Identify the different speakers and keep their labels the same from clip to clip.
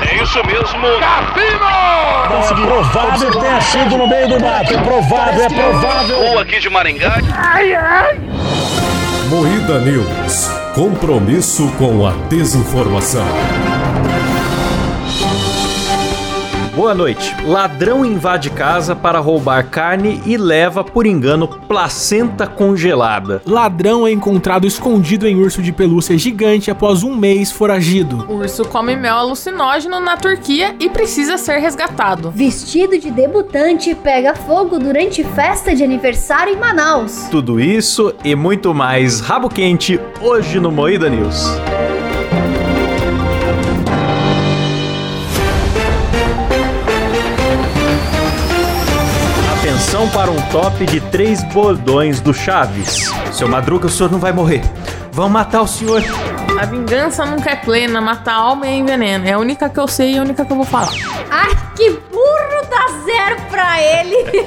Speaker 1: É isso mesmo. Cassino!
Speaker 2: Conseguiu. Provável tenha sido no meio do mato. É provável, é provável.
Speaker 1: Ou aqui de Maringá.
Speaker 3: Moída News. Compromisso com a desinformação.
Speaker 4: Boa noite. Ladrão invade casa para roubar carne e leva, por engano, placenta congelada.
Speaker 5: Ladrão é encontrado escondido em urso de pelúcia gigante após um mês foragido.
Speaker 6: Urso come mel alucinógeno na Turquia e precisa ser resgatado.
Speaker 7: Vestido de debutante pega fogo durante festa de aniversário em Manaus.
Speaker 4: Tudo isso e muito mais rabo quente hoje no Moída News. Atenção para um top de três bordões do Chaves. Seu Madruga, o senhor não vai morrer. Vão matar o senhor.
Speaker 6: A vingança nunca é plena, matar alma é envenena. É a única que eu sei e a única que eu vou falar.
Speaker 7: Ai, que burro dá zero pra ele.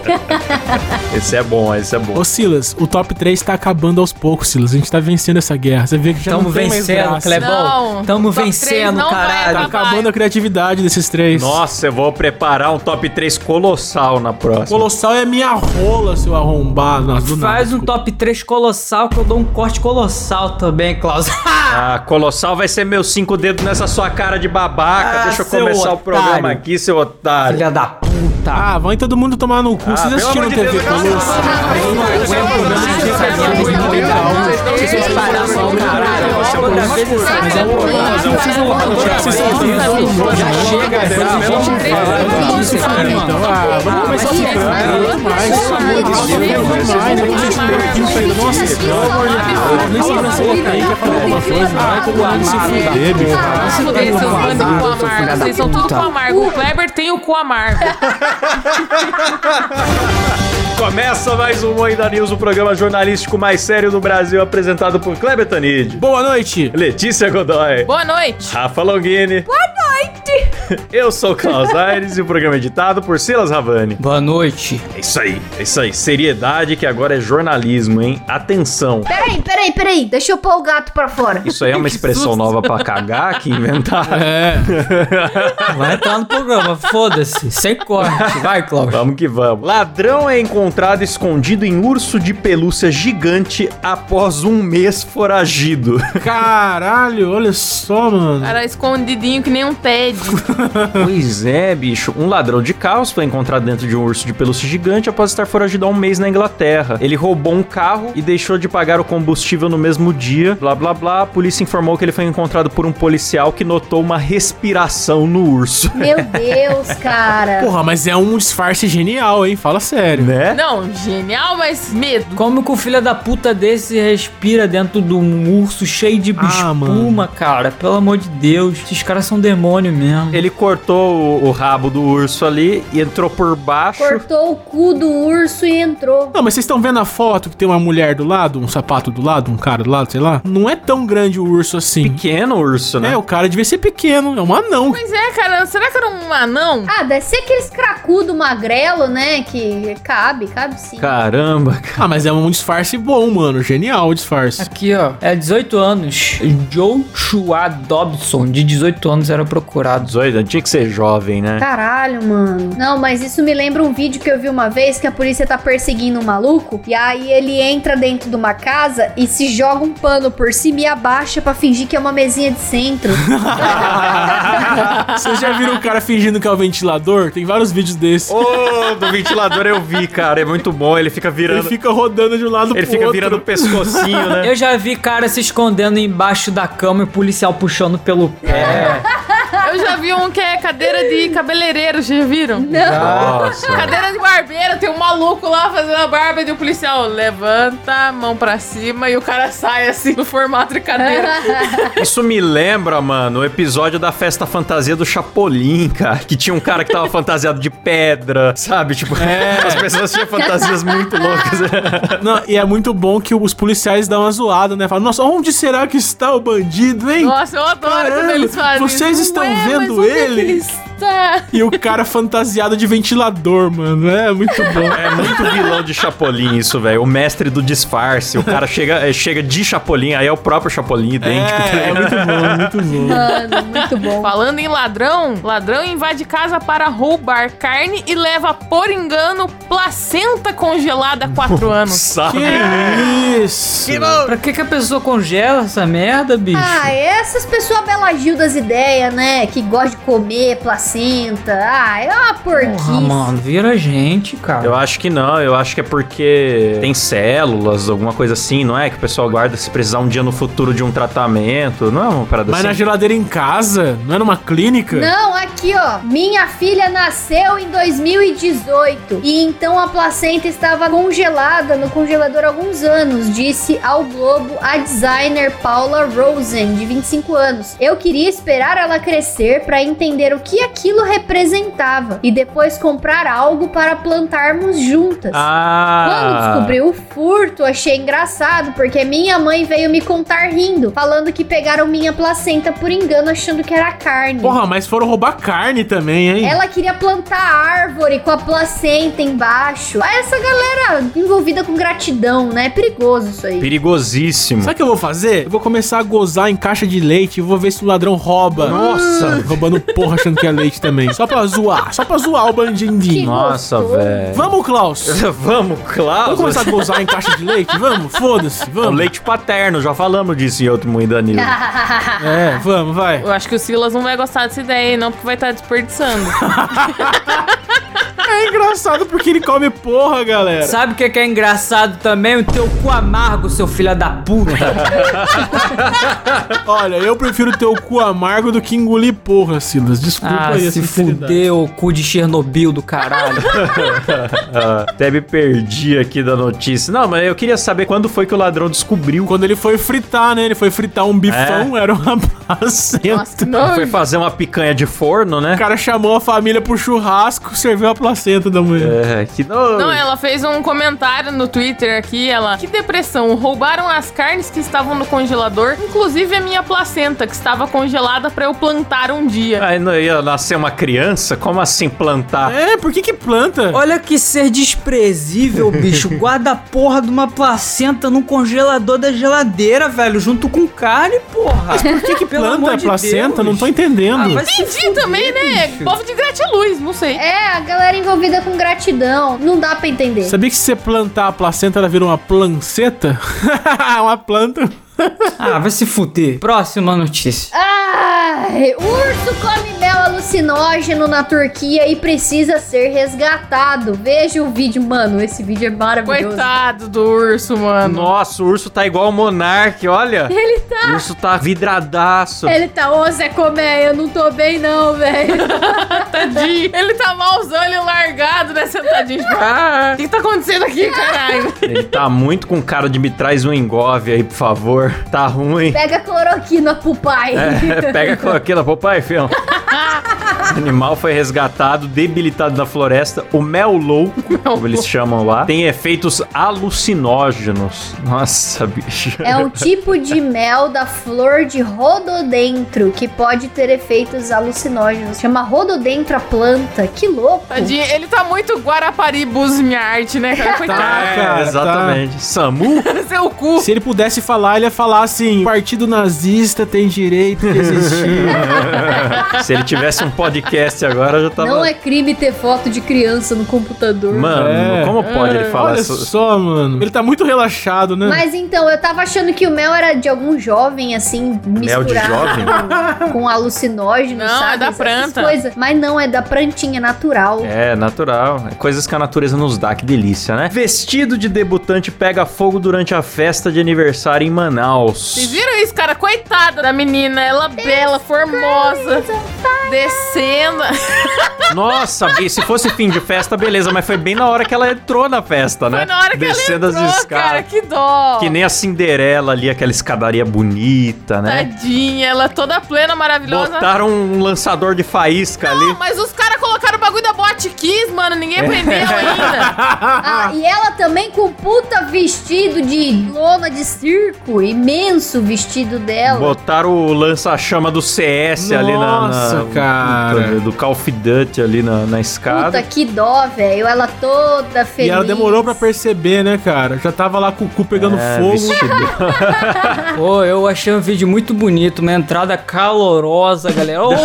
Speaker 4: Esse é bom, esse é bom.
Speaker 5: Ô Silas, o top 3 tá acabando aos poucos, Silas. A gente tá vencendo essa guerra. Você vê que já
Speaker 8: Tamo
Speaker 5: não tem mais
Speaker 8: vencendo,
Speaker 5: graça.
Speaker 6: Não,
Speaker 8: Clebão. Tamo
Speaker 6: top três
Speaker 8: vencendo,
Speaker 6: não vai
Speaker 8: caralho.
Speaker 5: Tá acabando a criatividade desses três.
Speaker 4: Nossa, eu vou preparar um top 3 colossal na próxima.
Speaker 5: Colossal é minha rola, seu arrombado. Nossa, do
Speaker 8: Faz
Speaker 5: nada,
Speaker 8: um top 3 colossal que eu dou um corte colossal também, Klaus.
Speaker 4: Ah, Colossal vai ser meus cinco dedos nessa sua cara de babaca.
Speaker 8: Ah,
Speaker 4: Deixa eu
Speaker 8: seu
Speaker 4: começar o
Speaker 8: otário.
Speaker 4: programa aqui, seu otário.
Speaker 8: Filha da puta.
Speaker 5: Ah, vai todo mundo tomar no cu. Vocês
Speaker 4: Ah,
Speaker 5: assistiram
Speaker 4: pelo amor de
Speaker 5: TV
Speaker 4: Deus,
Speaker 5: Colosso?
Speaker 4: não, não,
Speaker 5: Eu não aguento mais
Speaker 8: Vocês
Speaker 5: essa guerra
Speaker 8: pararam, vocês
Speaker 5: mundial.
Speaker 8: pararam, vocês pararam, caralho. Outra vez essa porra. Vocês não vão tirar, vocês são dois. Já chega, gente. Três
Speaker 5: Vocês querem, então? Ah, vamos começar o
Speaker 8: é
Speaker 5: programa. Eu não aguento mais. Eu não aguento mais. Nossa,
Speaker 8: é
Speaker 5: pelo amor de Deus. Nem se você aí quer falar alguma coisa, vai todo mundo se fuder, bicho.
Speaker 8: é
Speaker 6: Fudei, seus bandos de cu amargo. Vocês são tudo cu amargo. O Kleber tem o cu amargo.
Speaker 4: Começa mais um Moída News, o programa jornalístico mais sério do Brasil, apresentado por Kleber Tanid,
Speaker 5: Boa noite.
Speaker 4: Letícia Godoy,
Speaker 6: Boa noite.
Speaker 4: Rafa Longini. Boa noite! Eu sou o Klaus Aires e o programa é editado por Silas Ravani.
Speaker 8: Boa noite.
Speaker 4: É isso aí, é isso aí. Seriedade que agora é jornalismo, hein? Atenção.
Speaker 7: Peraí, peraí, peraí. Deixa eu pôr o gato pra fora.
Speaker 4: Isso aí é uma expressão nova pra cagar que inventaram.
Speaker 5: É.
Speaker 8: Vai entrar no programa, foda-se. Sem corte. Vai, Klaus.
Speaker 4: Vamos que vamos. Ladrão é encontrado escondido em urso de pelúcia gigante após um mês foragido.
Speaker 5: Caralho, olha só, mano.
Speaker 6: Cara, escondidinho que nem um Ted.
Speaker 4: pois é, bicho. Um ladrão de carros foi encontrado dentro de um urso de pelúcia gigante após estar foragido há um mês na Inglaterra. Ele roubou um carro e deixou de pagar o combustível no mesmo dia. Blá blá blá. A polícia informou que ele foi encontrado por um policial que notou uma respiração no urso.
Speaker 7: Meu Deus, cara.
Speaker 5: Porra, mas é um disfarce genial, hein? Fala sério.
Speaker 4: Né?
Speaker 6: Não, genial, mas medo.
Speaker 8: Como que o filho da puta desse respira dentro de um urso cheio de
Speaker 5: Ah,
Speaker 8: espuma, cara? Pelo amor de Deus. Esses caras são demônio mesmo.
Speaker 4: Ele cortou o, o rabo do urso ali e entrou por baixo.
Speaker 7: Cortou o cu do urso e entrou.
Speaker 5: Não, mas vocês estão vendo a foto que tem uma mulher do lado, um sapato do lado, um cara do lado, sei lá? Não é tão grande o urso assim.
Speaker 4: Pequeno urso, né?
Speaker 5: É, o cara devia ser pequeno, é um anão.
Speaker 6: Pois é, cara. Será que era um anão?
Speaker 7: Ah, deve ser aqueles cracudo magrelo, né? Que cabe, cabe sim.
Speaker 4: Caramba,
Speaker 5: Ah, mas é um disfarce bom, mano. Genial o disfarce.
Speaker 8: Aqui, ó. É 18 anos. Joshua Dobson, de 18 anos, era procurado.
Speaker 4: 18, tinha que ser jovem, né?
Speaker 5: Tá.
Speaker 7: Caralho, mano. Não, mas isso me lembra um vídeo que eu vi uma vez que a polícia tá perseguindo um maluco e aí ele entra dentro de uma casa e se joga um pano por cima e abaixa pra fingir que é uma mesinha de centro.
Speaker 5: Vocês já viram o cara fingindo que é o ventilador? Tem vários vídeos desses.
Speaker 4: Ô, do ventilador eu vi, cara. É muito bom. Ele fica
Speaker 5: Ele
Speaker 4: virando.
Speaker 5: fica rodando de um lado
Speaker 4: Ele
Speaker 5: pro
Speaker 4: fica
Speaker 5: outro.
Speaker 4: virando o pescocinho, né?
Speaker 8: Eu já vi cara se escondendo embaixo da cama e o policial puxando pelo pé.
Speaker 6: Eu já vi um que é cadeira de cabeleireiro, já viram?
Speaker 4: Nossa.
Speaker 6: Cadeira de barbeiro, tem um maluco lá fazendo a barba e o policial levanta a mão pra cima e o cara sai assim no formato de cadeira.
Speaker 4: Isso me lembra, mano, o episódio da festa fantasia do Chapolin, cara. Que tinha um cara que tava fantasiado de pedra, sabe? Tipo,
Speaker 5: É.
Speaker 4: as pessoas tinham fantasias muito loucas. né?
Speaker 5: Não, e é muito bom que os policiais dão uma zoada, né? Falam, nossa, onde será que está o bandido, hein?
Speaker 6: Nossa, eu adoro quando
Speaker 5: Caramba,
Speaker 6: eles fazem
Speaker 5: vocês
Speaker 6: isso.
Speaker 5: estão
Speaker 6: Ué, mas
Speaker 5: vendo
Speaker 6: onde é que
Speaker 5: ele?
Speaker 6: eles Eita!
Speaker 5: E o cara fantasiado de ventilador, mano. É muito bom.
Speaker 4: É muito vilão de Chapolin isso, velho. O mestre do disfarce. O cara chega, é, chega de Chapolin, aí é o próprio Chapolin idêntico. tá
Speaker 5: É, é
Speaker 4: ligado?
Speaker 5: muito bom, muito bom.
Speaker 7: Mano, muito bom.
Speaker 6: Falando em ladrão, ladrão invade casa para roubar carne e leva por engano placenta congelada há quatro anos.
Speaker 4: Sabe?
Speaker 5: Que isso?
Speaker 8: Pra que, que a pessoa congela essa merda, bicho?
Speaker 7: Ah, essas pessoas Bela Gil das ideias, né? Que gosta de comer placenta. Ah, é uma porquice.
Speaker 8: Porra, mano, vira gente, cara.
Speaker 4: Eu acho que não, eu acho que é porque tem células, alguma coisa assim, não é? Que o pessoal guarda se precisar um dia no futuro de um tratamento, não é uma parada
Speaker 5: Mas na
Speaker 4: assim?
Speaker 5: geladeira em casa? Não é numa clínica?
Speaker 7: Não, aqui ó. Minha filha nasceu em 2018 e então a placenta estava congelada no congelador há alguns anos, disse ao Globo a designer Paula Rosen, de 25 anos. Eu queria esperar ela crescer para entender o que aquilo representava e depois comprar algo para plantarmos juntas. Quando
Speaker 4: Ah!
Speaker 7: descobri o furto, achei engraçado, porque minha mãe veio me contar rindo, falando que pegaram minha placenta por engano, achando que era carne.
Speaker 5: Porra, mas foram roubar carne também, hein?
Speaker 7: Ela queria plantar árvore com a placenta embaixo. Ah, Essa galera envolvida com gratidão, né? É perigoso isso aí.
Speaker 4: Perigosíssimo.
Speaker 5: Sabe o que eu vou fazer? Eu vou começar a gozar em caixa de leite e vou ver se o ladrão rouba. Nossa! Roubando porra achando que é leite também. Só pra zoar. Só pra zoar o bandindinho. É.
Speaker 4: Nossa,
Speaker 7: gostoso.
Speaker 4: velho.
Speaker 5: Vamos, Klaus!
Speaker 4: Vamos,
Speaker 5: Vamos
Speaker 4: Klaus.
Speaker 5: começar a gozar em caixa de leite? Vamos? Foda-se,
Speaker 4: É o
Speaker 5: vamos.
Speaker 4: leite paterno, já falamos disso em outro Mundo Danilo.
Speaker 5: É, vamos, vai.
Speaker 6: Eu acho que o Silas não vai gostar dessa ideia, hein, não, porque vai estar desperdiçando.
Speaker 5: É engraçado porque ele come porra, galera.
Speaker 8: Sabe o que, que é engraçado também? O teu cu amargo, seu filho da puta.
Speaker 5: Olha, eu prefiro ter o cu amargo do que engolir porra, Silas. Desculpa
Speaker 8: ah,
Speaker 5: aí a
Speaker 8: se
Speaker 5: sinceridade.
Speaker 8: fudeu, cu de Chernobyl do caralho.
Speaker 4: Ah, Até me perdi aqui da notícia. Não, mas eu queria saber quando foi que o ladrão descobriu.
Speaker 5: Quando ele foi fritar, né? Ele foi fritar um bifão, era uma
Speaker 6: Nossa,
Speaker 5: placenta.
Speaker 6: não.
Speaker 4: Foi fazer uma picanha de forno, né?
Speaker 5: O cara chamou a família pro churrasco, serveu a placenta da mulher.
Speaker 4: É, que nojo.
Speaker 6: Não, ela fez um comentário no Twitter aqui, ela... Que depressão, roubaram as carnes que estavam no congelador, inclusive a minha placenta, que estava congelada pra eu plantar um dia.
Speaker 4: Aí Ah, não ia nascer uma criança? Como assim plantar?
Speaker 5: É, por que que planta?
Speaker 8: Olha que ser desprezível, bicho. Guarda a porra de uma placenta no congelador da geladeira, velho, junto com carne, porra. Mas por que que
Speaker 5: planta a placenta? Não tô
Speaker 8: Ah,
Speaker 5: entendendo.
Speaker 6: Entendi também, né? Povo de gratiluz, não sei.
Speaker 7: É, a galera envolvida com gratidão. Não dá pra entender.
Speaker 5: Sabia que se você plantar a placenta, ela vira uma planceta? uma planta.
Speaker 8: Ah, vai se fuder. Próxima notícia.
Speaker 7: Ai, urso come mel alucinógeno na Turquia e precisa ser resgatado. Veja o vídeo, mano. Esse vídeo é maravilhoso.
Speaker 6: Coitado do urso, É, mano.
Speaker 4: Nossa, o urso tá igual o Monark, olha. Ele tá. O urso tá vidradaço.
Speaker 7: Ele tá, ô Zé Comé, eu não tô bem não, velho.
Speaker 6: Tadinho. Ele tá malzão, ele largado, né? Sentadinho. tipo, ah, o que que tá acontecendo aqui, caralho?
Speaker 4: Ele tá muito com cara de me traz um engove aí, por favor. Tá ruim.
Speaker 7: Pega cloroquina pro pai.
Speaker 4: É, pega com aquilo, pô, pai, filho. O animal foi resgatado, debilitado na floresta. O mel louco, como eles chamam lá, tem efeitos alucinógenos. Nossa, bicho.
Speaker 7: É um tipo de mel da flor de rododendro que pode ter efeitos alucinógenos. Chama rododendro a planta. Que louco!
Speaker 6: Tadinho, ele tá muito Guaraparibus minha arte, né, cara? Coitado.
Speaker 4: É,
Speaker 5: cara,
Speaker 4: exatamente. Samu?
Speaker 6: Seu cu.
Speaker 5: Se ele pudesse falar, ele ia falar assim: partido nazista tem direito de existir.
Speaker 4: Se ele tivesse um podcast agora, já tava.
Speaker 7: Não é crime ter foto de criança no computador.
Speaker 4: Tá Mano,
Speaker 5: É.
Speaker 4: como pode ele falar
Speaker 5: Olha
Speaker 4: isso?
Speaker 5: só, mano. Ele tá muito relaxado, né?
Speaker 7: Mas então, eu tava achando que o mel era de algum jovem, assim,
Speaker 4: Mel
Speaker 7: misturado
Speaker 4: de jovem?
Speaker 7: com- com alucinógeno,
Speaker 6: Não,
Speaker 7: sabe?
Speaker 6: é da
Speaker 7: Essas
Speaker 6: planta.
Speaker 7: coisas. Mas não, é da plantinha natural.
Speaker 4: É, natural. Coisas que a natureza nos dá, que delícia, né? Vestido de debutante pega fogo durante a festa de aniversário em Manaus.
Speaker 6: Vocês viram isso, cara? Coitada da menina. Ela bela, formosa. Descendo.
Speaker 4: Né? Nossa, Bi, se fosse fim de festa, beleza, mas foi bem na hora que ela entrou na festa, né?
Speaker 6: Foi na hora que
Speaker 4: Descendo
Speaker 6: ela entrou,
Speaker 4: as escadas.
Speaker 6: cara. Que dó.
Speaker 4: Que nem a Cinderela ali, aquela escadaria bonita, né?
Speaker 6: Tadinha. Ela toda plena, maravilhosa.
Speaker 4: Botaram um lançador de faísca ali.
Speaker 6: Mas os caras colocaram o bagulho bagulho da Bot Kiss, mano, ninguém aprendeu ainda.
Speaker 7: Ah, e ela também com puta vestido de lona de circo, imenso vestido dela.
Speaker 4: Botaram o lança-chama do CS ali na.
Speaker 5: Nossa,
Speaker 4: na-
Speaker 5: cara.
Speaker 4: puta, Do Call of Duty ali na, na
Speaker 7: Puta
Speaker 4: escada.
Speaker 7: que dó, velho. Ela toda feliz.
Speaker 5: E ela demorou pra perceber, né, cara? Já tava lá com o cu pegando
Speaker 4: É,
Speaker 5: fogo.
Speaker 4: vestido.
Speaker 6: Ah.
Speaker 8: Pô, eu achei um vídeo muito bonito, uma entrada calorosa, galera. Ô,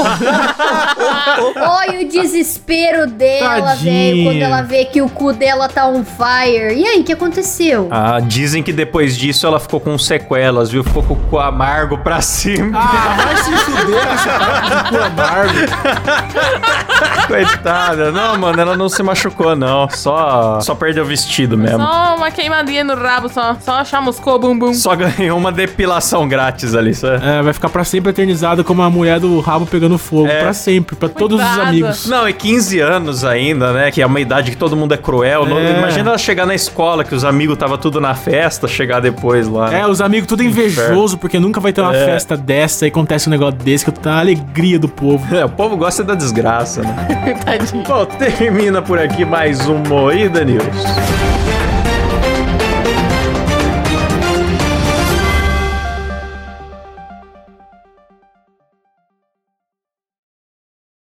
Speaker 7: Olha o desespero dela, velho,
Speaker 5: Tadinha.
Speaker 7: quando ela vê que o cu dela tá on fire. E aí, o que aconteceu?
Speaker 4: Ah, dizem que depois disso ela ficou com sequelas, viu? Ficou com o cu amargo pra cima.
Speaker 5: Ah, vai se fuder essa cara de cu amargo.
Speaker 4: Coitada. Não, mano, ela não se machucou, não. Só, só perdeu o vestido mesmo.
Speaker 6: Só uma queimadinha no rabo, só. Só chamuscou, bum bum.
Speaker 4: Só ganhou uma depilação grátis ali, sabe?
Speaker 5: É, vai ficar pra sempre eternizada como a mulher do rabo pegando fogo.
Speaker 4: É.
Speaker 5: Pra sempre, pra todos os
Speaker 6: Coitada.
Speaker 5: amigos.
Speaker 4: Não, e 15 anos ainda, né? Que é uma idade que todo mundo é cruel. Não-
Speaker 5: É.
Speaker 4: Imagina ela chegar na escola, que os amigos tava tudo na festa, chegar depois lá. né?
Speaker 5: É, os amigos tudo invejoso, porque nunca vai ter uma
Speaker 4: É.
Speaker 5: festa dessa e acontece um negócio desse que tá a alegria do povo.
Speaker 4: É, o povo gosta da desgraça, né?
Speaker 6: Tadinho.
Speaker 4: Bom, termina por aqui mais um Moída News.